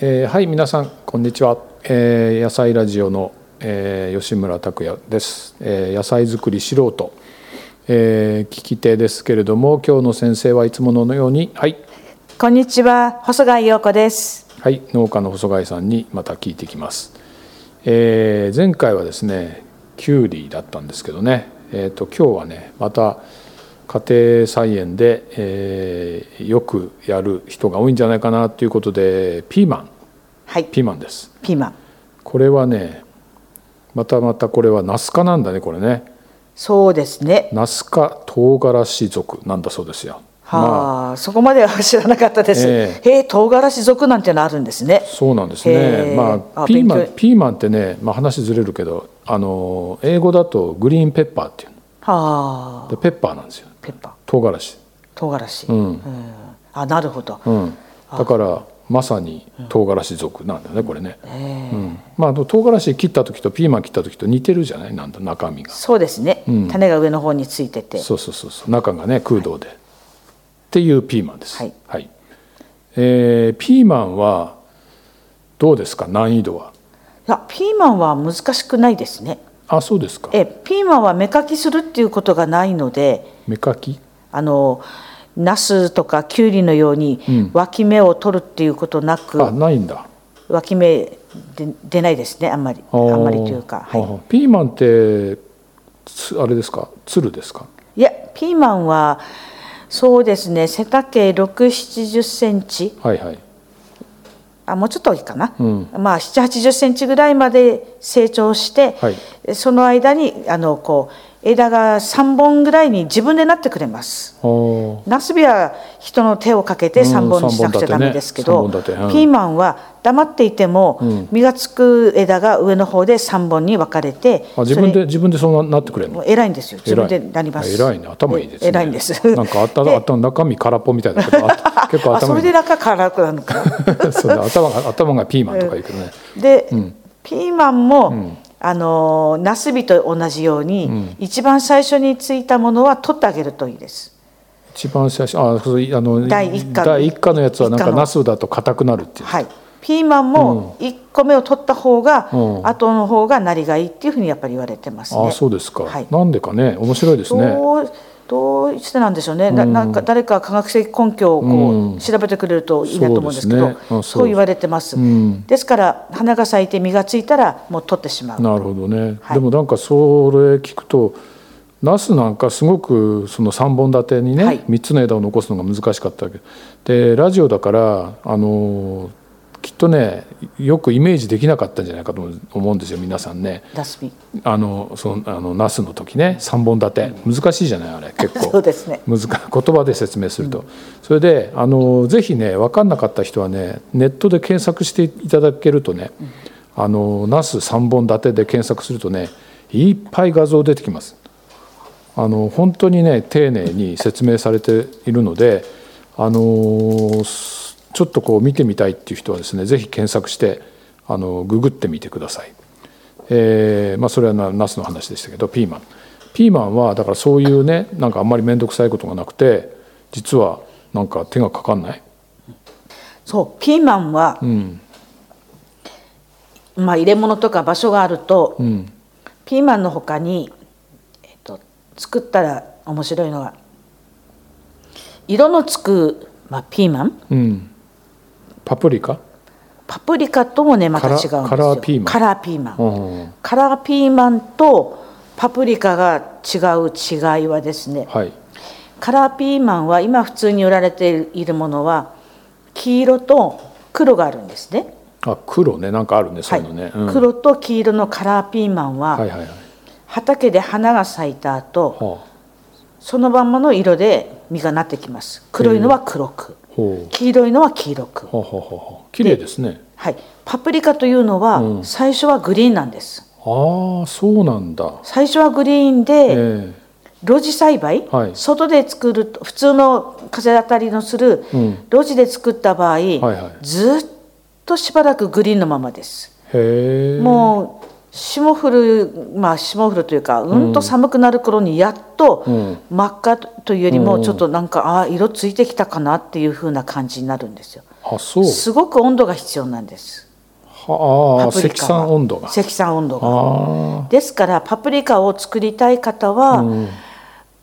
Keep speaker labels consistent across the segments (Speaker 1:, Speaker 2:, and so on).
Speaker 1: えーはい皆さんこんにちは、えー野菜ラジオの、えー吉村拓也です、えー野菜作り素人、えー聞き手ですけれども今日の先生はいつものようにはい、
Speaker 2: こんにちは、細貝陽子です。
Speaker 1: はい、農家の細貝さんにまた聞いてきます、えー前回はですねきゅうりだったんですけどね、えー、と今日はねまた家庭菜園で、えーよくやる人が多いんじゃないかなということでピーマン
Speaker 2: はい、
Speaker 1: ピーマンです
Speaker 2: ピーマン。
Speaker 1: これはねまたまたこれはナス科なんだねこれね
Speaker 2: そうですね。
Speaker 1: ナス科唐辛子属なんだそうですよまあ
Speaker 2: はあ、そこまでは知らなかったです。
Speaker 1: え
Speaker 2: へえ、唐辛子族なんてのあるんですね。
Speaker 1: そうなんです
Speaker 2: へ
Speaker 1: ね
Speaker 2: ー
Speaker 1: まあ
Speaker 2: あ
Speaker 1: ピーマ
Speaker 2: 勉
Speaker 1: ン
Speaker 2: 強
Speaker 1: ピーマンってね、まあ、話ずれるけどあの英語だとグリーンペッパーっていうの
Speaker 2: はあ、
Speaker 1: でペッパーなんですよ
Speaker 2: ペッパー、
Speaker 1: 唐辛子
Speaker 2: 唐辛子。
Speaker 1: うん
Speaker 2: うんあ、なるほど。
Speaker 1: うんだからまさに唐辛子属なんだよねこれね、
Speaker 2: ええ
Speaker 1: うん、まああの唐辛子切った時とピーマン切った時と似てるじゃないなんだ中身が
Speaker 2: そうですね、
Speaker 1: うん
Speaker 2: 種が上の方についてて。
Speaker 1: そうそうそうそう中がね空洞で、っていうピーマンです
Speaker 2: はい
Speaker 1: えーピーマンはどうですか難易度はい
Speaker 2: や、ピーマンは難しくないですね。
Speaker 1: あそうですか
Speaker 2: え、ピーマンは芽かきするっていうことがないので。
Speaker 1: 芽かき
Speaker 2: あのナスとかキュウリのよう
Speaker 1: うん
Speaker 2: に脇芽を取るっていうことなく、
Speaker 1: あないんだ
Speaker 2: 脇芽で出ないですねあんまりあ
Speaker 1: あー
Speaker 2: んまりというか、は
Speaker 1: あーピーマンってつあれですかつるですか
Speaker 2: い、いやピーマンはそうですね背丈6 7 0センチ
Speaker 1: はいはい
Speaker 2: あもうちょっと多いかな、
Speaker 1: うん
Speaker 2: まあ7 8 0センチぐらいまで成長して、
Speaker 1: はい
Speaker 2: その間にあのこう枝が3本ぐらいに自分でなってくれます。
Speaker 1: あー
Speaker 2: ナスビは人の手をかけて
Speaker 1: うん
Speaker 2: 3本にしなくちゃダメですけど、
Speaker 1: 三本立てね三本立てうん
Speaker 2: ピーマンは黙っていても、
Speaker 1: ん
Speaker 2: 実がつく枝が上の方で3本に分かれて
Speaker 1: あ自分で自分でそうななってくれる
Speaker 2: それも
Speaker 1: の
Speaker 2: う偉いんですよ自分で
Speaker 1: 偉い
Speaker 2: なります
Speaker 1: 偉いね頭いいですね
Speaker 2: え偉いんです
Speaker 1: なんかあ った
Speaker 2: で
Speaker 1: あった中身空っぽみたいだけどあった結構
Speaker 2: あそ
Speaker 1: 頭
Speaker 2: れ
Speaker 1: いい
Speaker 2: で中からくなのか
Speaker 1: そうだ頭が頭がピーマンとか言うけどね、
Speaker 2: で、ピーマンも、あのナスビと同じように、一番最初についたものは取ってあげるといいです
Speaker 1: 一番最初あそういあの
Speaker 2: 第一巻
Speaker 1: 第一巻のやつはなん
Speaker 2: 一
Speaker 1: か
Speaker 2: 巻の
Speaker 1: ナスだと硬くなるっていう、
Speaker 2: はいピーマンも1個目を取った方が、
Speaker 1: うん
Speaker 2: 後の方がなりがいいっていうふうにやっぱり言われてますね
Speaker 1: ああそうですか、
Speaker 2: はい
Speaker 1: なんでかね面白いですね
Speaker 2: どうどうしてなんでしょうね、ななんか誰か科学的根拠をこう
Speaker 1: うん
Speaker 2: 調べてくれるといいなと思うんですけ
Speaker 1: そ
Speaker 2: ど、
Speaker 1: うですねあそう
Speaker 2: そう言われてます、
Speaker 1: ん
Speaker 2: ですから花が咲いて実がついたらもう取ってしまう
Speaker 1: なるほどね、
Speaker 2: はい
Speaker 1: でもなんかそれ聞くとナスなんかすごくその3本立てにね、
Speaker 2: はい
Speaker 1: 3つの枝を残すのが難しかったけどでラジオだからあのきっとねよくイメージできなかったんじゃないかと思う思うんですよ皆さんね
Speaker 2: ナスビ
Speaker 1: あのそのあのナスの時ね3本立て難しいじゃないあれ結構
Speaker 2: そうですね
Speaker 1: 難言葉で説明すると、それであのぜひね分かんなかった人はねネットで検索していただけるとね、あのナス3本立てで検索するとねいっぱい画像出てきます。あの本当にね丁寧に説明されているので、あのーすちょっとこう見てみたいっていう人はですねぜひ検索してあのググってみてください。えーまあ、それはなナスの話でしたけどピーマンピーマンはだからそういうねなんかあんまり面倒くさいことがなくて実はなんか手がかかんない、
Speaker 2: そうピーマンは、
Speaker 1: うん
Speaker 2: まあ、入れ物とか場所があると、
Speaker 1: うん、
Speaker 2: ピーマンの他に、えっと作ったら面白いのが色のつく、まあ、ピーマン
Speaker 1: うん、パプリカ、
Speaker 2: パプリカともねまた違うんですよ
Speaker 1: カラーカラーピーマン
Speaker 2: カラーピーマン
Speaker 1: うん、
Speaker 2: カラーピーマンとパプリカが違う違いはですね
Speaker 1: はい
Speaker 2: カラーピーマンは今普通に売られているものは黄色と黒があるんですね。
Speaker 1: あ黒ねなんかあるねそ
Speaker 2: は
Speaker 1: う
Speaker 2: い
Speaker 1: いうのね、うん
Speaker 2: 黒と黄色のカラーピーマン
Speaker 1: はい
Speaker 2: は
Speaker 1: はいはい
Speaker 2: 畑で花が咲いた後
Speaker 1: はあ
Speaker 2: そのまんまの色で実がなってきます黒いのは黒く
Speaker 1: ほう
Speaker 2: 黄色いのは黄色く
Speaker 1: ほうほうほうほう綺麗ですね
Speaker 2: はいパプリカという
Speaker 1: う
Speaker 2: の
Speaker 1: ん
Speaker 2: は最初はグリーンなんです
Speaker 1: ああそうなんだ
Speaker 2: 最初はグリーンで、
Speaker 1: ええ
Speaker 2: 露地栽培、
Speaker 1: はい
Speaker 2: 外で作ると普通の風当たりのする
Speaker 1: うん
Speaker 2: 露地で作った場合、
Speaker 1: はい
Speaker 2: ずっとしばらくグリーンのままです、
Speaker 1: へえ
Speaker 2: もう霜降るまあ霜降るというかうんと寒くなる頃にやっと
Speaker 1: うん
Speaker 2: 真っ赤というよりもちょっとなんか、ああ色ついてきたかなっていう風な感じになるんですよ。
Speaker 1: あそう
Speaker 2: すごく温度が必要なんです。
Speaker 1: はあ
Speaker 2: パプリカ
Speaker 1: 積算温度が
Speaker 2: 積算温度が。
Speaker 1: あ
Speaker 2: ですからパプリカを作りたい方
Speaker 1: あ
Speaker 2: は、
Speaker 1: う
Speaker 2: うん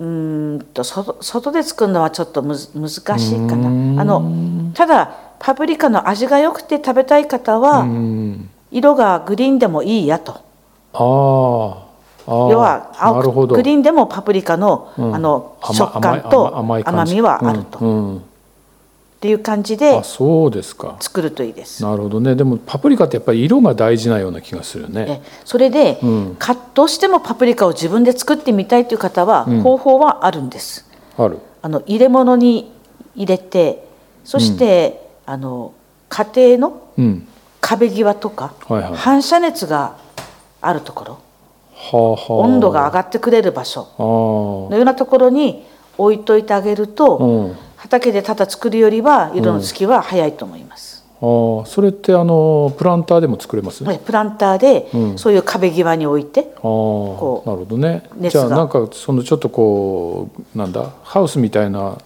Speaker 2: ーんと外外で作るのはちょっとむず難しいか
Speaker 1: うーん
Speaker 2: な。あのただパプリカの味が良くて食べたい方は、
Speaker 1: うん
Speaker 2: 色がグリーンでもいいやと。
Speaker 1: あーあー
Speaker 2: 要は
Speaker 1: なるほ
Speaker 2: 青く
Speaker 1: ど
Speaker 2: グリーンでもパプリカの,、
Speaker 1: うん
Speaker 2: あの
Speaker 1: 甘
Speaker 2: 食感と
Speaker 1: 甘い甘い
Speaker 2: 甘
Speaker 1: 感じ
Speaker 2: みはあると、っ
Speaker 1: うんうん
Speaker 2: ていう感じで
Speaker 1: あそうですか
Speaker 2: 作るといいです。
Speaker 1: なるほどねでもパプリカってやっぱり色が大事なような気がするよね
Speaker 2: えそれで、
Speaker 1: うん
Speaker 2: かどうしてもパプリカを自分で作ってみたいという方は、
Speaker 1: ん
Speaker 2: 方法はあるんです。
Speaker 1: ある
Speaker 2: あの入れ物に入れてそして、あの家庭の
Speaker 1: うん
Speaker 2: 壁際とか、
Speaker 1: はいはい
Speaker 2: 反射熱があるところ
Speaker 1: はあはあ
Speaker 2: 温度が上がってくれる場所
Speaker 1: あー
Speaker 2: のようなところに置いといてあげると、
Speaker 1: うん
Speaker 2: 畑でただ作るよりは色のつきは早いと思います、
Speaker 1: あーそれってあのプランターでも作れます、
Speaker 2: はいプランターで
Speaker 1: うん
Speaker 2: そういう壁際に置いて、
Speaker 1: あー
Speaker 2: う
Speaker 1: なるほどね
Speaker 2: 熱
Speaker 1: じ
Speaker 2: が
Speaker 1: ゃあなんかそのちょっとこうなんだハウスみたいな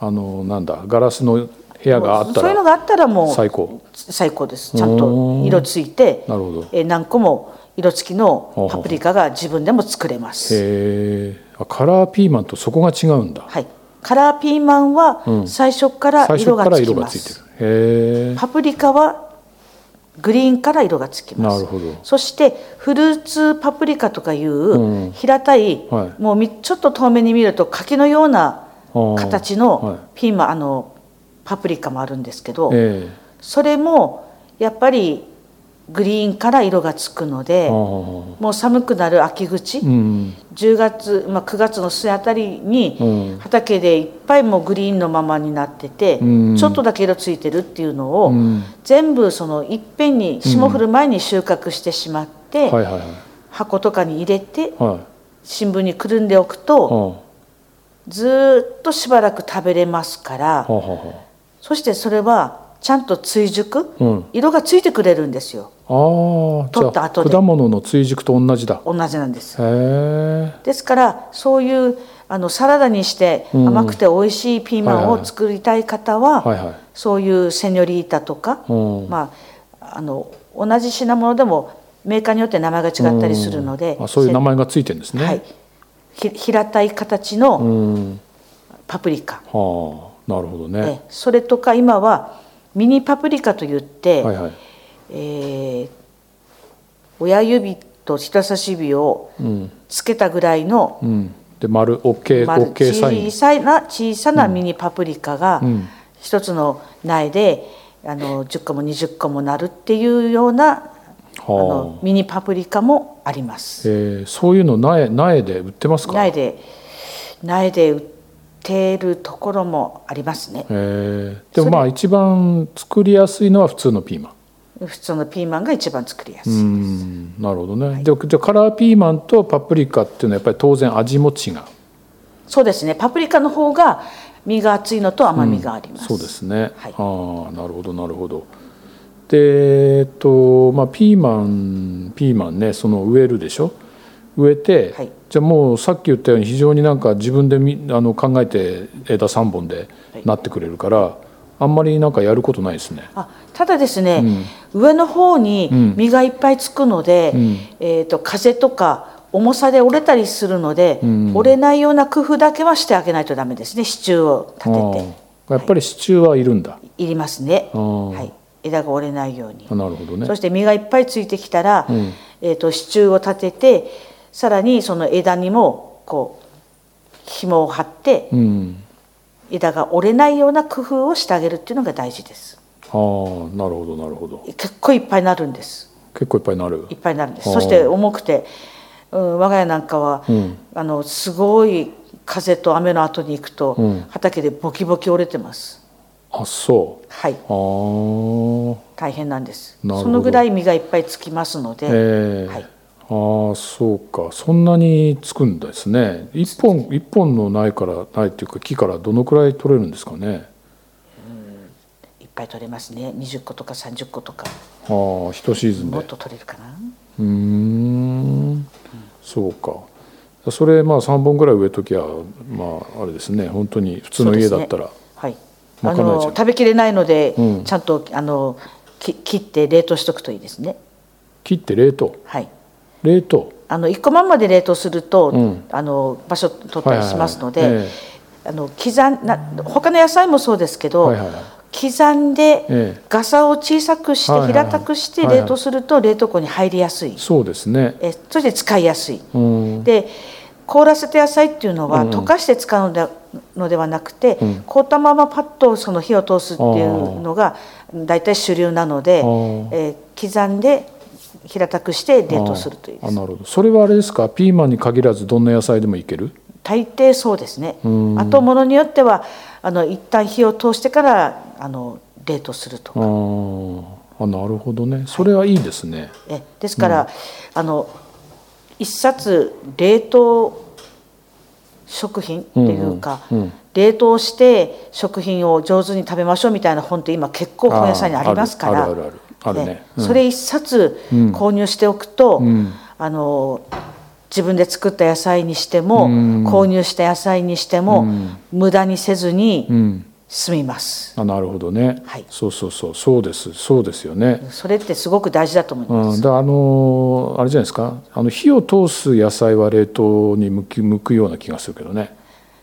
Speaker 1: あのなんだガラスの部屋があった
Speaker 2: そういうの
Speaker 1: ら
Speaker 2: があったらもう
Speaker 1: 最高
Speaker 2: 最高ですちゃん
Speaker 1: う
Speaker 2: と
Speaker 1: ん
Speaker 2: 色ついて
Speaker 1: なるほどへ
Speaker 2: えー何個も色付きのパプリカが自分でも作れます、
Speaker 1: えカラーピーマンとそこが違うんだ
Speaker 2: はい、カラーピーマンは最初から
Speaker 1: 最初
Speaker 2: 色が
Speaker 1: から
Speaker 2: つき
Speaker 1: 色が
Speaker 2: ま
Speaker 1: ついて
Speaker 2: す、
Speaker 1: るへえ
Speaker 2: パプリカはグリーンから色がつきます
Speaker 1: なるほど
Speaker 2: そしてフルーツパプリカとかいううん平たい、
Speaker 1: はい
Speaker 2: もうみちょっと遠目に見ると柿のような
Speaker 1: え
Speaker 2: 形
Speaker 1: はい
Speaker 2: のピーマンあのパプリカもあるんですけど、
Speaker 1: え
Speaker 2: それもやっぱりグリーンから色がつくので
Speaker 1: あー
Speaker 2: もう寒くなる秋口、
Speaker 1: うん
Speaker 2: 10月、まあ、9月の末あたり
Speaker 1: う
Speaker 2: に
Speaker 1: ん
Speaker 2: 畑でいっぱいもうグリーンのままになってて、
Speaker 1: うん
Speaker 2: ちょっとだけ色ついてるっていうのを、
Speaker 1: うん
Speaker 2: 全部そのいっぺんに霜降る前に収穫してしまって、
Speaker 1: はいはいはい
Speaker 2: 箱とかに入れて
Speaker 1: はい
Speaker 2: 新聞にくるんでおくと、
Speaker 1: あ
Speaker 2: ずーっとしばらく食べれますから、
Speaker 1: あはあは
Speaker 2: そしてそれはちゃんと追熟、
Speaker 1: あうん
Speaker 2: 色がついてくれるんですよ
Speaker 1: ああじ
Speaker 2: 取った
Speaker 1: ゃあ
Speaker 2: 後で
Speaker 1: 果物の追熟と同じだ
Speaker 2: 同じなんです
Speaker 1: へえ
Speaker 2: ですからそういうあのサラダにして
Speaker 1: うん
Speaker 2: 甘くて美味しいピーマ
Speaker 1: はい
Speaker 2: ン
Speaker 1: はいは
Speaker 2: を
Speaker 1: い
Speaker 2: 作りたい方は、
Speaker 1: はいはい
Speaker 2: そういうセニョリータとか、
Speaker 1: うん
Speaker 2: まあ、あの同じ品物でもメーカーによって名前が違ったりするので、
Speaker 1: うんあそういう名前がついてるんですね、
Speaker 2: はい、ひ平たい形
Speaker 1: う
Speaker 2: の
Speaker 1: んは
Speaker 2: パプリカ、
Speaker 1: あなるほどね、
Speaker 2: ええそれとか今はミニパプリカといって、
Speaker 1: はいはい
Speaker 2: えー親指と人差し指を
Speaker 1: うん
Speaker 2: つけたぐらいの
Speaker 1: うんで丸 OK
Speaker 2: 丸
Speaker 1: OK サイン
Speaker 2: 小さな小さなミニパプリカが
Speaker 1: うん
Speaker 2: 一つの苗であの10個も20個もなるっていうようなあの
Speaker 1: はあ
Speaker 2: ミニパプリカもあります。
Speaker 1: えー、そういうの苗苗で売ってますか
Speaker 2: 苗で苗で売っているところもありますね。
Speaker 1: えー、でもまあ一番作りやすいのは普通のピーマン
Speaker 2: 普通のピーマンが一番作りやす
Speaker 1: う
Speaker 2: い。
Speaker 1: んなるほどね、でじゃあカラーピーマンとパプリカっていうのはやっぱり当然味も違う
Speaker 2: そうですね。パプリカの方が実が厚いのと甘みがあります。
Speaker 1: そうですね。
Speaker 2: はい
Speaker 1: ああ、なるほど、なるほど。で、えっと、まあ、ピーマン、ピーマンね、その植えるでしょ。植えて、
Speaker 2: はい
Speaker 1: じゃあもうさっき言ったように非常になんか自分でみあの考えて枝3本で
Speaker 2: はい
Speaker 1: なってくれるから、あんまりなんかやることないですね。
Speaker 2: あただですね、上の方に
Speaker 1: うん
Speaker 2: 実がいっぱいつくので、
Speaker 1: うん
Speaker 2: えー、と風とか重さで折れたりするので、
Speaker 1: うん
Speaker 2: 折れないような工夫だけはしてあげないとダメですね支柱を
Speaker 1: あ
Speaker 2: 立て
Speaker 1: あやっぱり支柱はいるんだ。
Speaker 2: ていりますね、
Speaker 1: ああ
Speaker 2: はい、枝が折れないように、
Speaker 1: あなるほどね
Speaker 2: そ。して実がいっぱいついてきたら、
Speaker 1: うん
Speaker 2: えー、と支柱を立ててさらにその枝にもこう紐を張って
Speaker 1: うん。
Speaker 2: 枝が折れないような工夫をしてあげるっていうのが大事です
Speaker 1: ああ、なるほど、なるほど。
Speaker 2: 結構いっぱいなるんです
Speaker 1: 結構いっぱいなる
Speaker 2: い。っぱいになるんです
Speaker 1: あー
Speaker 2: そして重くて、うん、我が家なんかは、
Speaker 1: うん
Speaker 2: あのすごい風と雨の後に行くと、
Speaker 1: うん
Speaker 2: 畑でボキボキ折れてます
Speaker 1: あ、そう。
Speaker 2: はい
Speaker 1: ああ。
Speaker 2: 大変なんです
Speaker 1: なるほど
Speaker 2: そのぐらい実がいっぱいつきますので、
Speaker 1: ええ
Speaker 2: はい
Speaker 1: ああそうかそんなにつくんですね一本一本の苗から苗っていうか木からどのくらい取れるんですかね
Speaker 2: いっぱい取れますね20個とか30個とか
Speaker 1: ああ一シーズン
Speaker 2: もっ
Speaker 1: で
Speaker 2: と取れるかな
Speaker 1: うーんそうかそれまあ3本ぐらい植えときゃまああれですね本当に普通の家だったら、
Speaker 2: はい。
Speaker 1: ま
Speaker 2: あ
Speaker 1: かないじゃん
Speaker 2: の食べきれないので、
Speaker 1: うん
Speaker 2: ちゃんとあのき切って冷凍しとくといいですね。
Speaker 1: 切って冷凍
Speaker 2: はい。
Speaker 1: 冷凍
Speaker 2: あの一個まんまで冷凍すると、
Speaker 1: うん
Speaker 2: あの場所取ったりしますので、
Speaker 1: はいはいはいえ
Speaker 2: あの刻んな他の野菜もそうですけど、
Speaker 1: はいはいはい
Speaker 2: 刻んで、
Speaker 1: ええ
Speaker 2: ガサを小さくして、
Speaker 1: はいはいはい
Speaker 2: 平たくして
Speaker 1: はいはい
Speaker 2: 冷凍すると冷凍庫に入りやすい、
Speaker 1: そうですね
Speaker 2: えそして使いやすい。
Speaker 1: うん
Speaker 2: で凍らせた野菜っていうの
Speaker 1: う
Speaker 2: は
Speaker 1: んうん
Speaker 2: 溶かして使うので,、のではなくて、
Speaker 1: うん
Speaker 2: 凍ったままパッとその火を通すっていうのが大体主流なので
Speaker 1: あ、ー
Speaker 2: えー刻んで平たくして冷凍するという
Speaker 1: あなるほどそれはあれですかピーマンに限らずどんな野菜でもいける
Speaker 2: 大抵そうですね
Speaker 1: うん
Speaker 2: あとものによってはあの一旦火を通してからあの冷凍すると
Speaker 1: あーあなるほどねそれはいいですね
Speaker 2: えですから、あの一冊冷凍食品っていうか、
Speaker 1: うんうんうん
Speaker 2: 冷凍して食品を上手に食べましょうみたいな本って今結構本屋さんにありますから
Speaker 1: あーあるあるあるあるあるねうん
Speaker 2: それ一冊
Speaker 1: うん
Speaker 2: 購入しておくと、
Speaker 1: うん
Speaker 2: あの自分で作った野菜にしても、
Speaker 1: うん
Speaker 2: 購入した野菜にしても、
Speaker 1: うん
Speaker 2: 無駄にせず
Speaker 1: う
Speaker 2: に
Speaker 1: ん
Speaker 2: 済みます。
Speaker 1: あなるほどね、
Speaker 2: はい
Speaker 1: そうそうそうそうですそうですよね、
Speaker 2: それってすごく大事だと思いま
Speaker 1: う
Speaker 2: す。
Speaker 1: ん、だあのーあれじゃないですかあの火を通す野菜は冷凍に向き向くような気がするけどね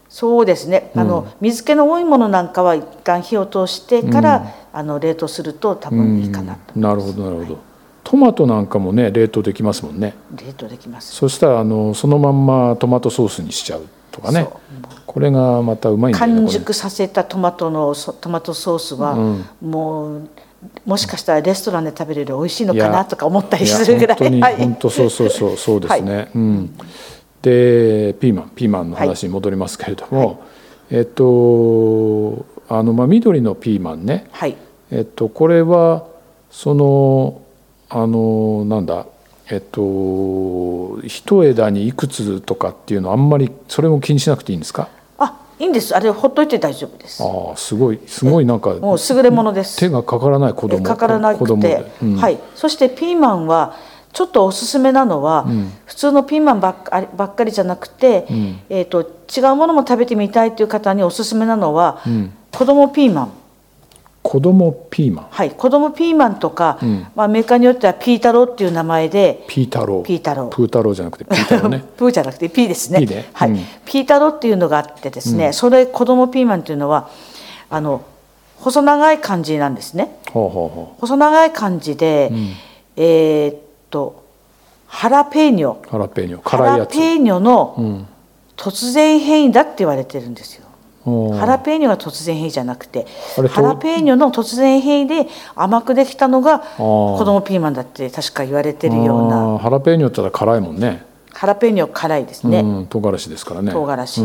Speaker 2: そうですね。あの、水気の多いものなんかは一旦火を通してから、あの冷凍すると多分いいかなと、
Speaker 1: うんなるほどなるほど、トマトなんかもね冷凍できますもんね
Speaker 2: 冷凍できます。
Speaker 1: そしたらあのそのまんまトマトソースにしちゃうとかね
Speaker 2: そう
Speaker 1: これがまたうまいんだよね
Speaker 2: 完
Speaker 1: これ
Speaker 2: 熟させたトマトのそトマトソースは、もうもしかしたらレストランで食べるより美味しいのか
Speaker 1: いや
Speaker 2: なとか思ったり
Speaker 1: いや
Speaker 2: するぐらい。
Speaker 1: 本当に、
Speaker 2: はい
Speaker 1: 本当そうそうそうそうですね、うんでピーマンピーマンの話に戻りますけれども、えっとあの、まあ、緑のピーマンね、
Speaker 2: はい。
Speaker 1: えっと、これはそのあのなんだえっと一枝にいくつとかっていうのあんまりそれも気にしなくていいんですか
Speaker 2: あ、いいんです。あれほっといて大丈夫です。
Speaker 1: ああすごいすごいなんか
Speaker 2: もう優れものです。
Speaker 1: 手がかからない子供
Speaker 2: かからな
Speaker 1: 子
Speaker 2: く
Speaker 1: 供
Speaker 2: て
Speaker 1: で、うん
Speaker 2: はい、そしてピーマンはちょっとおすすめなのは、普通のピーマンばっかりばっかりじゃなくて、えー、と違うものも食べてみたいという方におすすめなのは、子供ピーマン、
Speaker 1: 子供ピーマン
Speaker 2: はい、子供ピーマンとか、まあ、メーカーによってはピータローっていう名前で
Speaker 1: ピータロー
Speaker 2: ピータロー
Speaker 1: プータローじゃな くてピータローね
Speaker 2: プーじゃなくてピーですね
Speaker 1: ピーね
Speaker 2: はい
Speaker 1: うん
Speaker 2: ピータローっていうのがあってですね、それ子供ピーマンっていうのはあの細長い感じなんですね。
Speaker 1: ほうほうほ
Speaker 2: 細長い感じで、えーっとハラペーニョ
Speaker 1: うハラペーニョ
Speaker 2: ハ
Speaker 1: 辛い
Speaker 2: ラ
Speaker 1: やつ
Speaker 2: ペーニョの突然変異だって言われてるんです
Speaker 1: う
Speaker 2: よ。
Speaker 1: ん
Speaker 2: ハラペーニョが突然変異じゃなくて
Speaker 1: あれと
Speaker 2: ハラペーニョの突然変異で甘くできたのが子供ピーマンだって確か言われてるような
Speaker 1: あーハラペーニョって言ったら辛いもんね
Speaker 2: ハラペーニョ辛いです
Speaker 1: ね、
Speaker 2: ね、
Speaker 1: うん、唐辛子ですからね
Speaker 2: 唐辛子、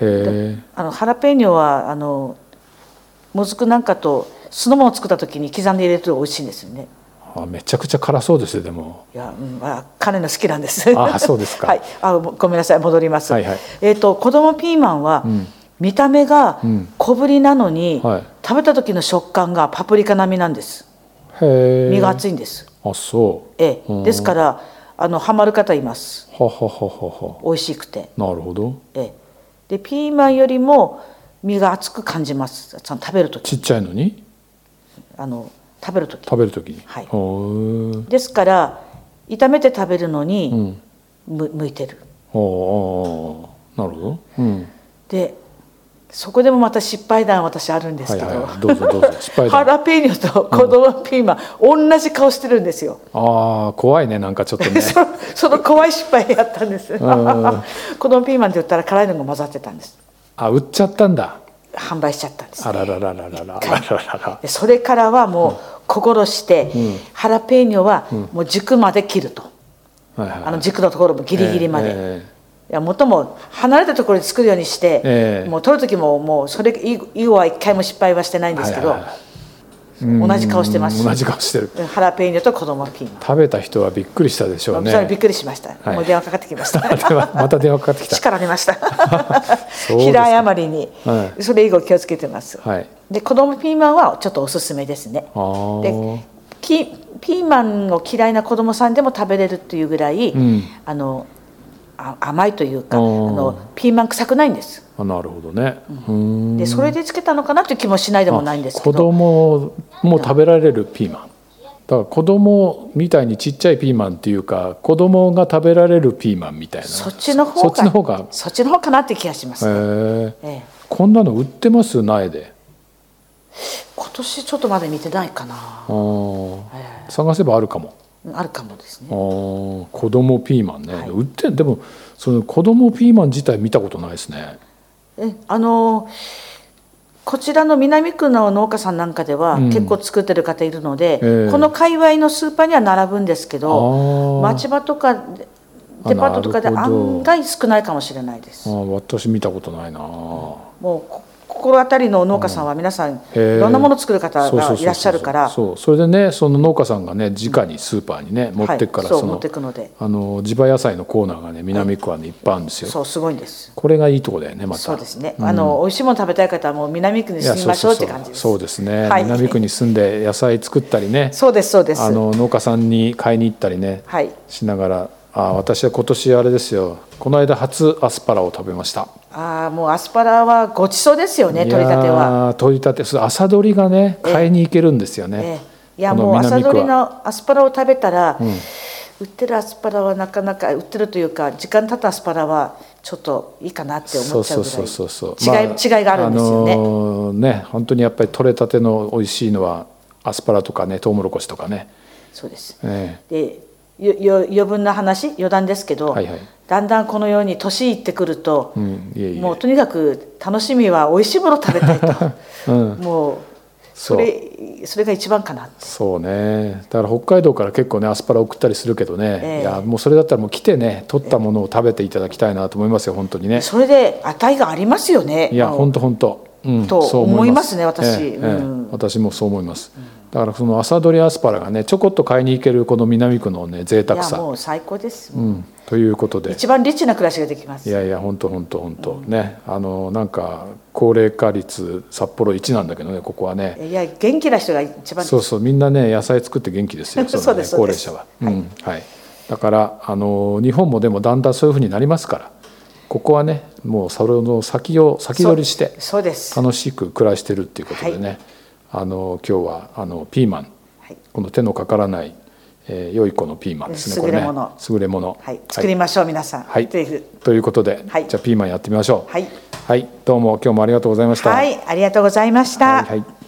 Speaker 1: へえ
Speaker 2: あのハラペーニョはあのもずくなんかと酢の物を作った時に刻んで入れると美味しいんですよね。
Speaker 1: あめちゃくちゃ辛そうですよでも
Speaker 2: いや、うん、まあ、彼の好きなんです。
Speaker 1: あそうですか
Speaker 2: はい、あ、ごごめんなさい、戻ります。
Speaker 1: はいはい
Speaker 2: えっ、と、子供ピーマンは、
Speaker 1: ん
Speaker 2: 見た目が
Speaker 1: ん
Speaker 2: 小ぶりなのに、
Speaker 1: はい
Speaker 2: 食べた時の食感がパプリカ並みなんです。
Speaker 1: へえ
Speaker 2: 身が厚いんです。
Speaker 1: あそう
Speaker 2: え
Speaker 1: うん
Speaker 2: え、ですから、あの、ハマる方います。
Speaker 1: ははははは
Speaker 2: 美味しくて、
Speaker 1: なるほど
Speaker 2: ええ。で、ピーマンよりも、身が厚く感じます。その食べる時、
Speaker 1: ちっちゃいのに
Speaker 2: あの、食べる時。
Speaker 1: 食べるときに
Speaker 2: はい
Speaker 1: ほう
Speaker 2: ですから、炒めて食べるのに、む、向いてる。
Speaker 1: ほうあーなるほど、うん、
Speaker 2: でそこでもまた失敗談私あるんです
Speaker 1: はい
Speaker 2: けど、
Speaker 1: はいはいどうぞどうぞ失敗
Speaker 2: ハ
Speaker 1: だ
Speaker 2: ラペーニョと子供ピーマン、同じ顔してるんですよ、
Speaker 1: ああ怖いねなんかちょっと ね
Speaker 2: そその怖い失敗やったんです子供ピーマンって言ったら辛いのが混ざってたんです
Speaker 1: あ売っちゃったんだ
Speaker 2: 販売しちゃったんです
Speaker 1: あららららららあらららら
Speaker 2: でそれからはもう心して、ハラペーニョはもう軸まで切ると、
Speaker 1: はい
Speaker 2: あ
Speaker 1: はい
Speaker 2: の軸のところもギリギリまで、
Speaker 1: ええ
Speaker 2: いやもっとも離れたところに作るようにして、
Speaker 1: ええ
Speaker 2: もう取る時ももうそれ以以後は一回も失敗はしてないんですけど、
Speaker 1: はいはいは
Speaker 2: 同じ顔してます
Speaker 1: 同じ顔してる
Speaker 2: ハラペーニョと子供ピーマン
Speaker 1: 食べた人はびっくりしたでしょうね
Speaker 2: それびっくりしました、
Speaker 1: い
Speaker 2: もう電話かかってきました
Speaker 1: ではまた 電話かかってきた
Speaker 2: 力出ました
Speaker 1: うですか
Speaker 2: 平謝りに、
Speaker 1: は
Speaker 2: それ以後気をつけてます、
Speaker 1: はい
Speaker 2: で子供ピーマンはちょっとおすすめですね
Speaker 1: あー
Speaker 2: できピピーマンを嫌いな子供さんでも食べれるっていうぐらい、
Speaker 1: うん
Speaker 2: あのあ甘いというかあ
Speaker 1: あー
Speaker 2: のピーマン臭くないんです
Speaker 1: あなるほどね。うん
Speaker 2: でそれでつけたのかなという気もしないでもないんですけ
Speaker 1: 子
Speaker 2: ど
Speaker 1: 供も食べられるピーマンだから子供みたいにちっちゃいピーマンっていうか子供が食べられるピーマンみたいな
Speaker 2: そっちの方
Speaker 1: そ
Speaker 2: が
Speaker 1: っちの方が
Speaker 2: そっちの方かなって気がします、
Speaker 1: へえ
Speaker 2: ええ
Speaker 1: こんなの売ってます苗で
Speaker 2: 今年ちょっとまだ見てないかな、
Speaker 1: あー
Speaker 2: え
Speaker 1: 探せばあるかも
Speaker 2: えあるかもです
Speaker 1: あ
Speaker 2: ね
Speaker 1: ー子供ピーマンね、
Speaker 2: はい
Speaker 1: 売ってでもその子供ピーマン自体見たことないですね
Speaker 2: えあのこちらの南区の農家さんなんかでは
Speaker 1: うん
Speaker 2: 結構作ってる方いるので、
Speaker 1: ええ
Speaker 2: この界隈のスーパーには並ぶんですけ
Speaker 1: あ
Speaker 2: ど
Speaker 1: ー
Speaker 2: 町場とかデデパートとかで
Speaker 1: あなるほど
Speaker 2: 案外少ないかもしれないで
Speaker 1: あー
Speaker 2: す
Speaker 1: 私見たことないな、
Speaker 2: もうこ心当たりの農家さんは皆さん
Speaker 1: へえ
Speaker 2: いろんなもの作る方
Speaker 1: そうそうそう
Speaker 2: が
Speaker 1: そう
Speaker 2: いらっしゃるから
Speaker 1: そうそれでねその農家さんがね直にスーパーにね、持ってくから、
Speaker 2: はい、そ
Speaker 1: そう
Speaker 2: 持
Speaker 1: の
Speaker 2: ってくので
Speaker 1: あの地場野菜のコーナーがね南区はねいっぱいあるんですよ、
Speaker 2: そうすごいんです
Speaker 1: これがいいとこだよねまた
Speaker 2: そうですね、あの美味しいもの食べたい方はもう南区に
Speaker 1: いや
Speaker 2: 住みましょうって感じです
Speaker 1: そうそうそうそうですね、
Speaker 2: はい
Speaker 1: 南区に住んで野菜作ったりね
Speaker 2: そうですそうです
Speaker 1: あの農家さんに買いに行ったりね
Speaker 2: はい
Speaker 1: しながらあ私は今年あれですよこの間初アスパラを食べました
Speaker 2: ああもうアスパラはごちそうですよね取り立
Speaker 1: い
Speaker 2: ては、
Speaker 1: やー取り立てそう朝取りがね買いに行けるんですよ
Speaker 2: え
Speaker 1: ね
Speaker 2: えいや
Speaker 1: この
Speaker 2: もう朝
Speaker 1: 南区は
Speaker 2: 取りのアスパラを食べたら、売ってるアスパラはなかなか売ってるというか時間経ったアスパラはちょっといいかなって思っちゃうぐらい
Speaker 1: そうそうそうそう
Speaker 2: 違い、違いがあるんですよね、
Speaker 1: あのーね本当にやっぱり取れたての美味しいのはアスパラとかねトウモロコシとかね、
Speaker 2: そうです
Speaker 1: え
Speaker 2: でよよ余分な話余談ですけど、
Speaker 1: はいはい
Speaker 2: だんだんこのように年いってくると、
Speaker 1: えうんいえいえ
Speaker 2: もうとにかく楽しみは美味しいもの食べ たいと、もう
Speaker 1: そう
Speaker 2: それそれが一番かなって
Speaker 1: そうねだから北海道から結構ねアスパラ送ったりするけどね、
Speaker 2: ええ
Speaker 1: いやもうそれだったらもう来てね取ったものを食べていただきたいなと思いますよ本当にね
Speaker 2: それで値がありますよね
Speaker 1: いや
Speaker 2: あの
Speaker 1: 本当本当うん
Speaker 2: と
Speaker 1: そう
Speaker 2: 思いますね私
Speaker 1: ええええ
Speaker 2: うん
Speaker 1: 私もそう思いますだからその朝取りアスパラがねちょこっと買いに行けるこの南区のね贅
Speaker 2: い
Speaker 1: 沢
Speaker 2: や
Speaker 1: さ
Speaker 2: もう最高です、
Speaker 1: うん、ということで
Speaker 2: 一番リッチな暮らしができます
Speaker 1: いやいや本当本当本当ねあのなんか高齢化率札幌一なんだけどねここはね
Speaker 2: いや元気な人が一番
Speaker 1: そうそうみんなね野菜作って元気ですよの
Speaker 2: そうです
Speaker 1: ね
Speaker 2: そう
Speaker 1: 高
Speaker 2: で
Speaker 1: 齢
Speaker 2: す
Speaker 1: 者は、うんはい、だからあの日本もでもだんだんそういうふうになりますからここはねもうそれの先を先取りして
Speaker 2: そうです、は
Speaker 1: 楽しく暮らしてるっていうことでね、あの今日はあのピーマン
Speaker 2: い
Speaker 1: この手のかからない、えー良い子のピーマンですね
Speaker 2: 優れも
Speaker 1: こ
Speaker 2: の
Speaker 1: れね優れもの、
Speaker 2: はい、作りましょう、皆さん、
Speaker 1: はい
Speaker 2: という
Speaker 1: ということで、
Speaker 2: はい
Speaker 1: じゃあピーマンやってみましょう
Speaker 2: はい
Speaker 1: はい、どうも今日もありがとうございました。
Speaker 2: はいありがとうございまし
Speaker 1: は
Speaker 2: た、
Speaker 1: いはい